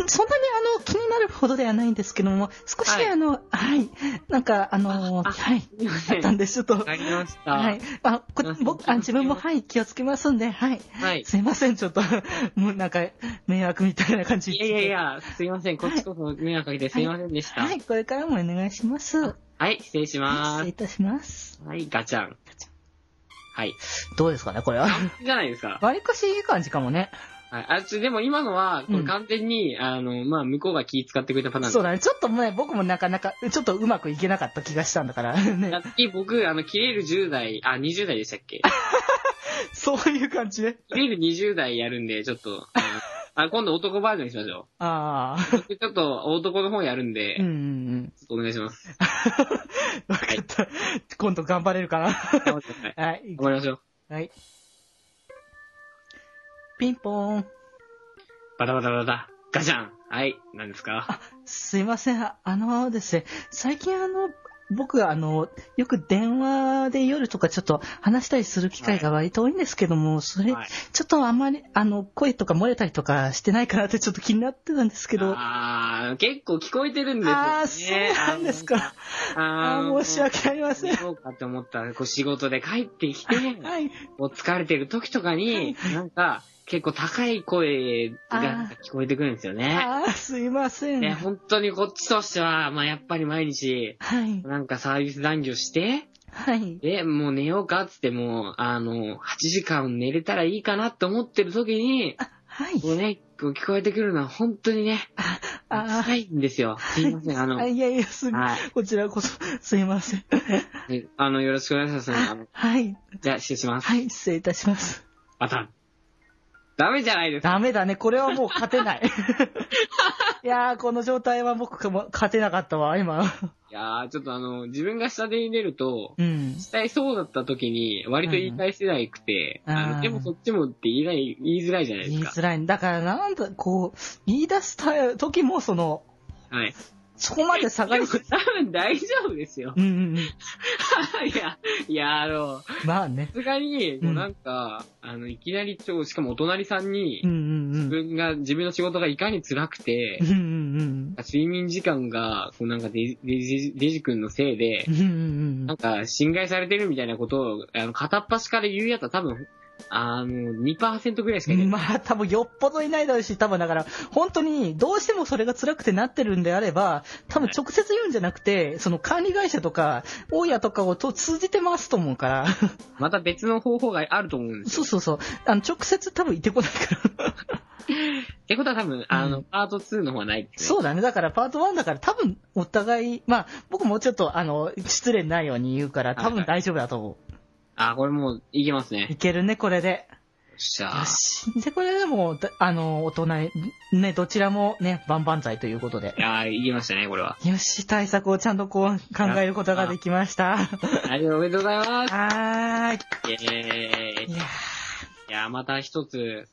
Speaker 1: そんなにあの、気になるほどではないんですけども、少し
Speaker 2: はい
Speaker 1: あの、はい、なんかあの、
Speaker 2: ああ
Speaker 1: はい、
Speaker 2: すいま
Speaker 1: あ
Speaker 2: せ
Speaker 1: っ
Speaker 2: ん。
Speaker 1: た
Speaker 2: わ
Speaker 1: んで、ちょっと。
Speaker 2: かりました。
Speaker 1: は
Speaker 2: はい
Speaker 1: い。。あ、こ
Speaker 2: すいません
Speaker 1: 僕、あ自分も、はい、気をつけますんで、はい。
Speaker 2: はい。
Speaker 1: すいません、ちょっと、 (laughs) もうなんか、迷惑みたいな感じ。
Speaker 2: いやいやいや、すいません。こっちこそ迷惑かけてすいませんでした。は
Speaker 1: はいい、、これからもお願いします。はい
Speaker 2: 失礼し
Speaker 1: 失
Speaker 2: ま
Speaker 1: 礼
Speaker 2: す
Speaker 1: い。たします。
Speaker 2: はい、ガチャン。はい。
Speaker 1: どうですかね、これは。
Speaker 2: じゃないですか。
Speaker 1: わりかしいい感じかもね。
Speaker 2: はい。あ、ちょでも今のは、これ完全に、あの、まあ、向こうが気使ってくれたパターンです
Speaker 1: そうだね。ちょっとね、僕もなかなか、ちょっとうまくいけなかった気がしたんだから、
Speaker 2: さ
Speaker 1: ね。
Speaker 2: っき僕、あの、切れる10代、あ、20代でしたっ
Speaker 1: (laughs)
Speaker 2: け
Speaker 1: そういう感じね。
Speaker 2: 切れる20代やるんで、ちょっと、あのあ、今度男バージョンにしましょ
Speaker 1: ああ。
Speaker 2: う。ちょっと男の方やるんで、
Speaker 1: うんう
Speaker 2: ちょ
Speaker 1: ん
Speaker 2: っとお願い
Speaker 1: (laughs)
Speaker 2: します。
Speaker 1: うん。わかった。今度頑張れるかな。
Speaker 2: (laughs) 頑張ってください
Speaker 1: はい。
Speaker 2: 頑張りましょう。
Speaker 1: はい。ピンポーン。
Speaker 2: バタバタバタ、ガチャンはい、何ですか
Speaker 1: すいません。ああのですね、最近あの、僕はあの、よく電話で夜とかちょっと話したりする機会が割と多いんですけども、それ、
Speaker 2: はい
Speaker 1: ちょっとあまり、あの、声とか漏れたりとかしてないかなってちょっと気になってたんですけど、
Speaker 2: あー、結構聞こえてるんですよ、ね。
Speaker 1: ああ、そうなんですか。
Speaker 2: あ
Speaker 1: あ
Speaker 2: の。
Speaker 1: あー、申し訳あり
Speaker 2: (laughs)
Speaker 1: ません。
Speaker 2: そうかって思ったら、こう仕事で帰ってきて、
Speaker 1: はい。
Speaker 2: もう疲れてる時とかに、なんか、結構高い声が聞こえてくるんですよね。
Speaker 1: ああ、すいません。
Speaker 2: ね、本当にこっちとしては、まあやっぱり毎日、
Speaker 1: はい。
Speaker 2: なんかサービス残業して、
Speaker 1: はい。
Speaker 2: で、もう寝ようかっつってもう、あの、8時間寝れたらいいかなって思ってる時に、
Speaker 1: あ、はい。
Speaker 2: もうね、こう聞こえてくるのは本当にね、
Speaker 1: あ
Speaker 2: 辛いんですよ。すいません、あ
Speaker 1: あ、
Speaker 2: の、
Speaker 1: いやいや、すみ、
Speaker 2: は
Speaker 1: こちらこそ、すいません。
Speaker 2: い。あの、よろしくお願いします。あの
Speaker 1: はい。
Speaker 2: じゃあ、失礼します。
Speaker 1: はい、失礼いたします。
Speaker 2: バタン。ダメじゃないですか。
Speaker 1: ダメだね、これはもう勝てない。いやー、この状態は僕も勝てなかったわ、今。
Speaker 2: いやー、ちょっとあの、自分が下手に出ると、
Speaker 1: うん。
Speaker 2: したいそうだった時に、割と言い返せなくて、
Speaker 1: うん
Speaker 2: あ
Speaker 1: あー
Speaker 2: の、でもそっちもって言いない、言いづらいじゃない
Speaker 1: 言
Speaker 2: です
Speaker 1: い
Speaker 2: か。
Speaker 1: づらい。だから、なんだ、こう、言い出した時も、その、
Speaker 2: はい。
Speaker 1: そこまで下が
Speaker 2: で
Speaker 1: り
Speaker 2: も
Speaker 1: す
Speaker 2: 多分大丈夫ですよ。 (laughs)
Speaker 1: うんうんうん。
Speaker 2: いや、いや、あの、さ
Speaker 1: まあね。
Speaker 2: すがに、もうなんか、あの、いきなり超、しかもお隣さんに
Speaker 1: う、んうんう
Speaker 2: 自
Speaker 1: ん。
Speaker 2: 分が、自分の仕事がいかに辛くて
Speaker 1: うんう、ん
Speaker 2: 睡眠時間が、こうなんかデジ、デジ、デジ君のせいで
Speaker 1: うん。う、んうんう
Speaker 2: なん
Speaker 1: ん。
Speaker 2: か、侵害されてるみたいなことを、あの、片っ端から言うやつは多分、あの、2%ぐらいしかいない。
Speaker 1: まあ、多分よっぽどいないだろうし、多分だから、本当に、どうしてもそれが辛くてなってるんであれば、多分直接言うんじゃなくて、その管理会社とか、大家とかをと通じてますと思うから、
Speaker 2: また別の方法があると思うんです
Speaker 1: そ
Speaker 2: よ。
Speaker 1: うそうそう、あの、直接多分行ってこない
Speaker 2: (laughs)
Speaker 1: から。
Speaker 2: ってことは多分、あの、パート2の方はないですね。
Speaker 1: そうだね、だからパート1だから多分、お互い、まあ、僕もうちょっと、あの、失礼ないように言うから、多分大丈夫だと思
Speaker 2: あ、これもう、いけます
Speaker 1: う。い
Speaker 2: ね。
Speaker 1: けるね、これで。
Speaker 2: よっしゃ
Speaker 1: よ
Speaker 2: ー。
Speaker 1: し。で、これでも、だあの、大人、ね、どちらもね、万々歳ということで
Speaker 2: い。やー、いけましたね、これは。
Speaker 1: よし、対策をちゃんとこう、考えることができました。
Speaker 2: ありがとうございます。
Speaker 1: はー
Speaker 2: イェーイ。
Speaker 1: い。い
Speaker 2: い
Speaker 1: や
Speaker 2: やー、また一つ、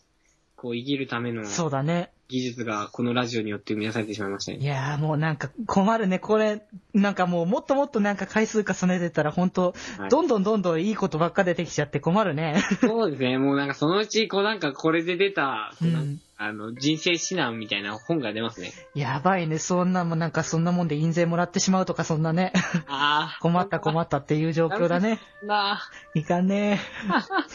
Speaker 2: こう、生きるための
Speaker 1: ーそうだね。
Speaker 2: 技術が、このラジオによって生み出されてしまいました
Speaker 1: い
Speaker 2: ね。
Speaker 1: やーもうなんか困るね。これ、なんかもうもっともっとなんか回数重ねてたら本当、
Speaker 2: はい
Speaker 1: どんどんどんどんいいことばっか出てきちゃって困るね。
Speaker 2: そうですね、もうなんかそのうち、こうなんかこれで出た、
Speaker 1: う
Speaker 2: こうなんか
Speaker 1: ん。
Speaker 2: あの、人生指南みたいな本が出
Speaker 1: (laughs)
Speaker 2: ますね。
Speaker 1: やばいね。そんなもんなんかそんなもんで印税もらってしまうとかそんなね。
Speaker 2: ああ。
Speaker 1: 困った困ったっていう状況だ
Speaker 2: (laughs)
Speaker 1: ね。
Speaker 2: ない
Speaker 1: かんね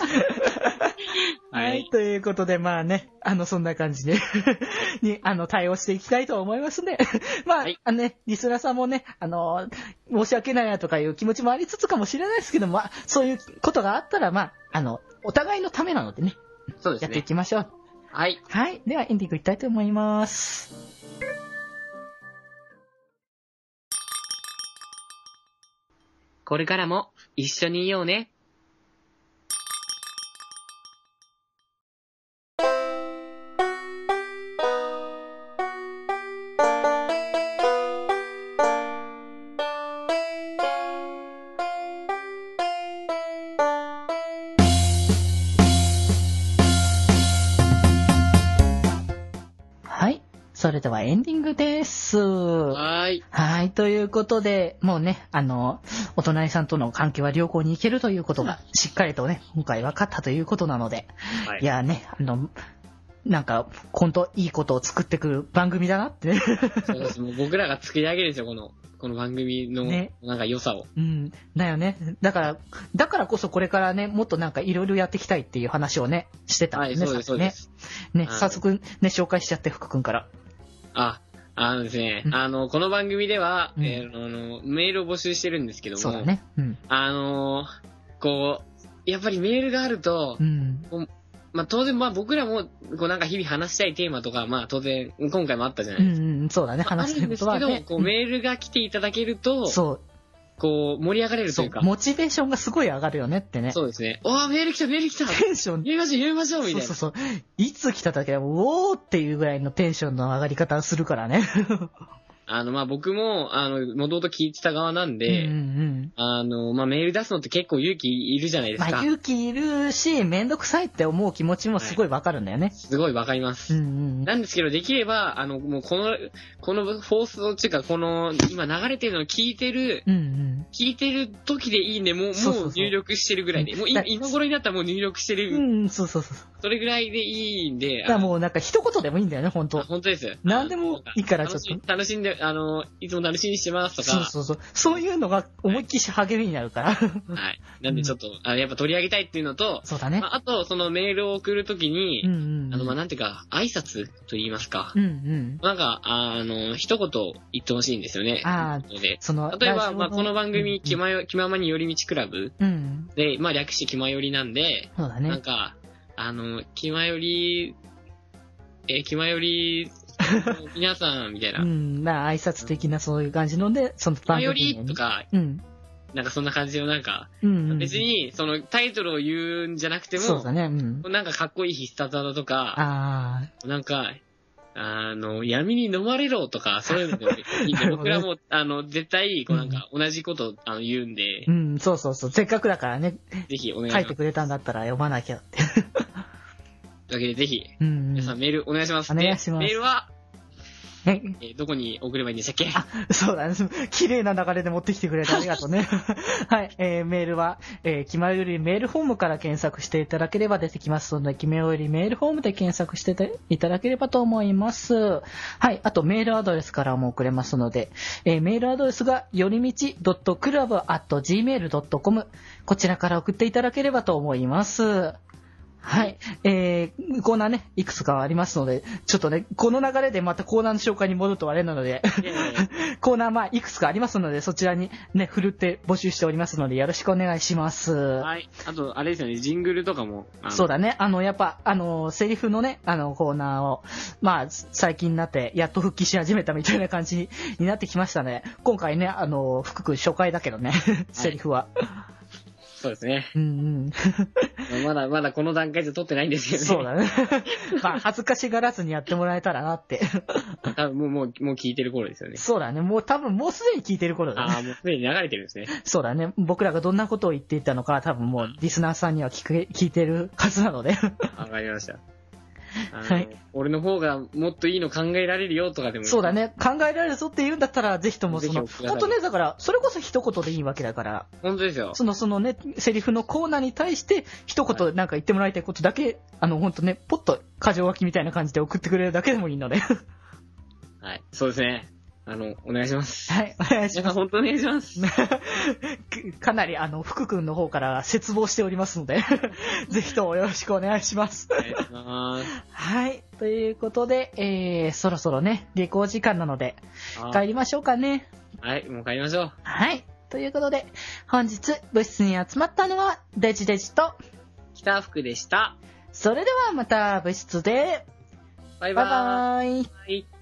Speaker 1: え。
Speaker 2: はい
Speaker 1: はい。ということで、まあね、あの、そんな感じで、 (laughs) に、あの、対応していきたいと思いますね。 (laughs) まあ、
Speaker 2: はい
Speaker 1: あのね、リスナーさんもね、あの、申し訳ないなとかいう気持ちもありつつかもしれないですけども、まあ、そういうことがあったら、まあ、あの、お互いのためなのでね、
Speaker 2: そ
Speaker 1: や
Speaker 2: うです
Speaker 1: ってい
Speaker 2: ね。
Speaker 1: きましょう。
Speaker 2: はい。
Speaker 1: はい。では、エンディングいきたいと思います。
Speaker 2: これからも一緒にいようね。
Speaker 1: はい。それでは、エンディングです。
Speaker 2: はーい。
Speaker 1: はい。ということで、もうね、あの、お隣さんとの関係は良好にいけるということが、しっかりとね、今回分かったということなので、
Speaker 2: はい
Speaker 1: い、やね、あの、なんか、本当いいことを作ってくる番組だなって。 (laughs)
Speaker 2: そうです。もう僕らが作り上げるんですよ、この、この番組の、
Speaker 1: ね
Speaker 2: なんか良さを。
Speaker 1: うん。だよね。だから、だからこそこれからね、もっとなんかいろいろやっていきたいっていう話をね、してたん
Speaker 2: は
Speaker 1: で
Speaker 2: い、
Speaker 1: すね、
Speaker 2: そうです、
Speaker 1: さ
Speaker 2: そ
Speaker 1: っき
Speaker 2: うで
Speaker 1: ね。
Speaker 2: す。
Speaker 1: ね、
Speaker 2: はい
Speaker 1: 早速ね、紹介しちゃって、福くんから。
Speaker 2: あ、あのですね
Speaker 1: う、ん
Speaker 2: あの、この番組では、
Speaker 1: うん
Speaker 2: えーあの、メールを募集してるんですけども、
Speaker 1: そうだね。うん。
Speaker 2: あのーこう、やっぱりメールがあると
Speaker 1: う、ん。
Speaker 2: まあ当然、まあ僕らも、こうなんか日々話したいテーマとか、まあ当然、今回もあったじゃな
Speaker 1: う
Speaker 2: いですか。
Speaker 1: ん、うん、そうだね。
Speaker 2: まああ
Speaker 1: 話して
Speaker 2: るん
Speaker 1: る
Speaker 2: で
Speaker 1: こと
Speaker 2: すけ
Speaker 1: は
Speaker 2: ど、
Speaker 1: ね。
Speaker 2: こうメールが来ていただけると、
Speaker 1: そ
Speaker 2: こう盛り上がれ
Speaker 1: う、
Speaker 2: ると
Speaker 1: そ
Speaker 2: いう
Speaker 1: う
Speaker 2: か、、
Speaker 1: モチベーションがすごい上がるよねってね。
Speaker 2: そうですね。おー、メール来た、メール
Speaker 1: (laughs)
Speaker 2: 来た
Speaker 1: テンション、
Speaker 2: 読みましょう、読みましょうみたい
Speaker 1: そう
Speaker 2: な。
Speaker 1: そうそう。いつ来ただけでも、おーっていうぐらいのテンションの上がり方するからね。
Speaker 2: あの、まあ僕も、あの、もともと聞いてた側なん
Speaker 1: うんう
Speaker 2: で、
Speaker 1: ん
Speaker 2: あの、まあメール出すのって結構勇気いるじゃな
Speaker 1: う
Speaker 2: い
Speaker 1: ん。
Speaker 2: です
Speaker 1: ま
Speaker 2: か
Speaker 1: あ、。勇気いるし、めんどくさいって思う気持ちもすごいわかるんだよね。
Speaker 2: すごいわかります。
Speaker 1: うんうんうん。
Speaker 2: なんですけど、できれば、あの、もうこの、このフォースを、っていうか、この、今流れてるのを聞いてる、
Speaker 1: うんうん。
Speaker 2: 聞いてる時でいいね、もう、
Speaker 1: そうそうそう
Speaker 2: もう入力してるぐらいで。もう
Speaker 1: だ
Speaker 2: 今今頃になったらもう入力して
Speaker 1: う
Speaker 2: る、
Speaker 1: ん、そうそうそう。
Speaker 2: それぐらいでいいんで。
Speaker 1: だからもうなんか一言でもいいんだよね、本
Speaker 2: あ
Speaker 1: 当
Speaker 2: 本当です。
Speaker 1: なんでもいいから
Speaker 2: 楽
Speaker 1: ちょっ
Speaker 2: し楽しんで、あの、いつも楽しみにしてますと
Speaker 1: そう
Speaker 2: か。
Speaker 1: そうそう。そういうのが思いっきり励みになるから。
Speaker 2: はい。なんでちょっと、あのやっぱ取り上げたいっていうのと、
Speaker 1: そうだね
Speaker 2: ま。あ、あと、そのメールを送るときに、
Speaker 1: うんうんうん。
Speaker 2: あの、まあ、なんていうか、挨拶と言いますか。
Speaker 1: うんうん。
Speaker 2: なんか、あの、一言言ってほしいんですよね。
Speaker 1: あー
Speaker 2: ので
Speaker 1: その、
Speaker 2: 例え
Speaker 1: ラジ
Speaker 2: ば、
Speaker 1: オ
Speaker 2: まあ、この番組、気まよ、気ままに寄り道クラブ
Speaker 1: うんうん。
Speaker 2: で、まあ、略して気まよりなんで、
Speaker 1: そうだ
Speaker 2: なん
Speaker 1: ね。
Speaker 2: か、あの、気まより、えー気ま
Speaker 1: (laughs)
Speaker 2: より、皆さん、みたいうな。
Speaker 1: ん。な、挨拶的なそういう感じので、その
Speaker 2: 気ま
Speaker 1: 番
Speaker 2: よ
Speaker 1: 組
Speaker 2: り
Speaker 1: 名に
Speaker 2: と。か、
Speaker 1: うん。
Speaker 2: なんかそんな感じの、なんか、
Speaker 1: うんうん。
Speaker 2: 別に、そのタイトルを言うんじゃなくて
Speaker 1: そう
Speaker 2: も
Speaker 1: だ、ね。うん。
Speaker 2: なんかかっこいい必殺技とか、
Speaker 1: ああ、
Speaker 2: なんか、あの、闇に飲まれろとか、そういうのでもい
Speaker 1: (laughs)
Speaker 2: いん
Speaker 1: な
Speaker 2: で、
Speaker 1: るほど
Speaker 2: 僕
Speaker 1: ね
Speaker 2: らも、あの、絶対、こうなんか、同じこと、あの、言うんで
Speaker 1: う、ん、そうそうそう。せっかくだからね、
Speaker 2: ぜひお願いし
Speaker 1: 書
Speaker 2: ま
Speaker 1: い
Speaker 2: す。
Speaker 1: てくれたんだったら読まなきゃって。
Speaker 2: というわけで、ぜひ、
Speaker 1: うん、う
Speaker 2: 皆さん
Speaker 1: ん。
Speaker 2: メールお願いします。
Speaker 1: お願いします
Speaker 2: でメールは、
Speaker 1: ね、
Speaker 2: えーどこに送ればいいんでしたっけ
Speaker 1: (laughs) そうだね。綺麗な流れで持ってきてくれてありがとうね。はい、えー、メールは、えー、気まよりメールフォームから検索していただければ出てきますので、気まよりメールフォームで検索してていただければと思います。はい、あとメールアドレスからも送れますので、えー、メールアドレスが、よりみち .club.gmail.com、こちらから送っていただければと思います。はい。えー、コーナーね、いくつかありますので、ちょっとね、この流れでまたコーナーの紹介に戻るとあれなので、
Speaker 2: いやいやいや
Speaker 1: コーナー、まあ、いくつかありますので、そちらにね、振るって募集しておりますので、よろしくお願いします。
Speaker 2: (laughs) はい。あと、あれですよね、ジングルとかも。あの
Speaker 1: そうだね。あの、やっぱ、あの、セリフのね、あの、コーナーを、まあ、最近になって、やっと復帰し始めたみたいな感じにになってきましたね。今回ね、あの、福君初回だけどね、セリフは。
Speaker 2: そうですね。
Speaker 1: うん
Speaker 2: (laughs)
Speaker 1: うん。
Speaker 2: まだまだこの段階で撮ってないんですけどね。
Speaker 1: そうだね。まあ、恥ずかしがらずにやってもらえたらなって。
Speaker 2: 多分もう、もう、もう聞いてる頃ですよね。
Speaker 1: そうだね。もう多分もうすでに聞いてる頃だね。
Speaker 2: ああ、もうすでに流れてるんですね。
Speaker 1: そうだね。僕らがどんなことを言っていたのか、多分もうリスナーさんには聞く聞いてるはずなので。
Speaker 2: わかりました。あの
Speaker 1: はい
Speaker 2: 俺の方がもっといいの考えられるよとかでも。
Speaker 1: そうだ。ね。考えられるぞって言うんだったら、ぜひともその、
Speaker 2: ぜひ送ってくださ
Speaker 1: 本
Speaker 2: い
Speaker 1: 当ね、だから、それこそ一言でいいわけだから、
Speaker 2: 本当ですよ。
Speaker 1: その、そのね、セリフのコーナーに対して、一
Speaker 2: は
Speaker 1: 言なんか言ってもらいたいことだけ、あの、本当ね、ポッと過剰書きみたいな感じで送ってくれるだけでもいい
Speaker 2: (laughs)
Speaker 1: ので。
Speaker 2: はい。そうですね。あの、お願いします。
Speaker 1: はい、お願いし
Speaker 2: 皆
Speaker 1: ま
Speaker 2: さん本当お願いします。
Speaker 1: す。 (laughs) かなり、あの、福君の方から絶望しておりますので、 (laughs) ぜひともよろしくお願いします。
Speaker 2: お願いします。
Speaker 1: はい。ということで、えー、そろそろね、下校時間なので、
Speaker 2: あ
Speaker 1: 帰りましょうかね。
Speaker 2: はい、もう帰りましょう。
Speaker 1: はい。ということで、本日、部室に集まったのは、デジデジと、
Speaker 2: 北福でした。
Speaker 1: それではまた部室で、
Speaker 2: バイ
Speaker 1: バイ
Speaker 2: バ
Speaker 1: バイ。
Speaker 2: ーイ。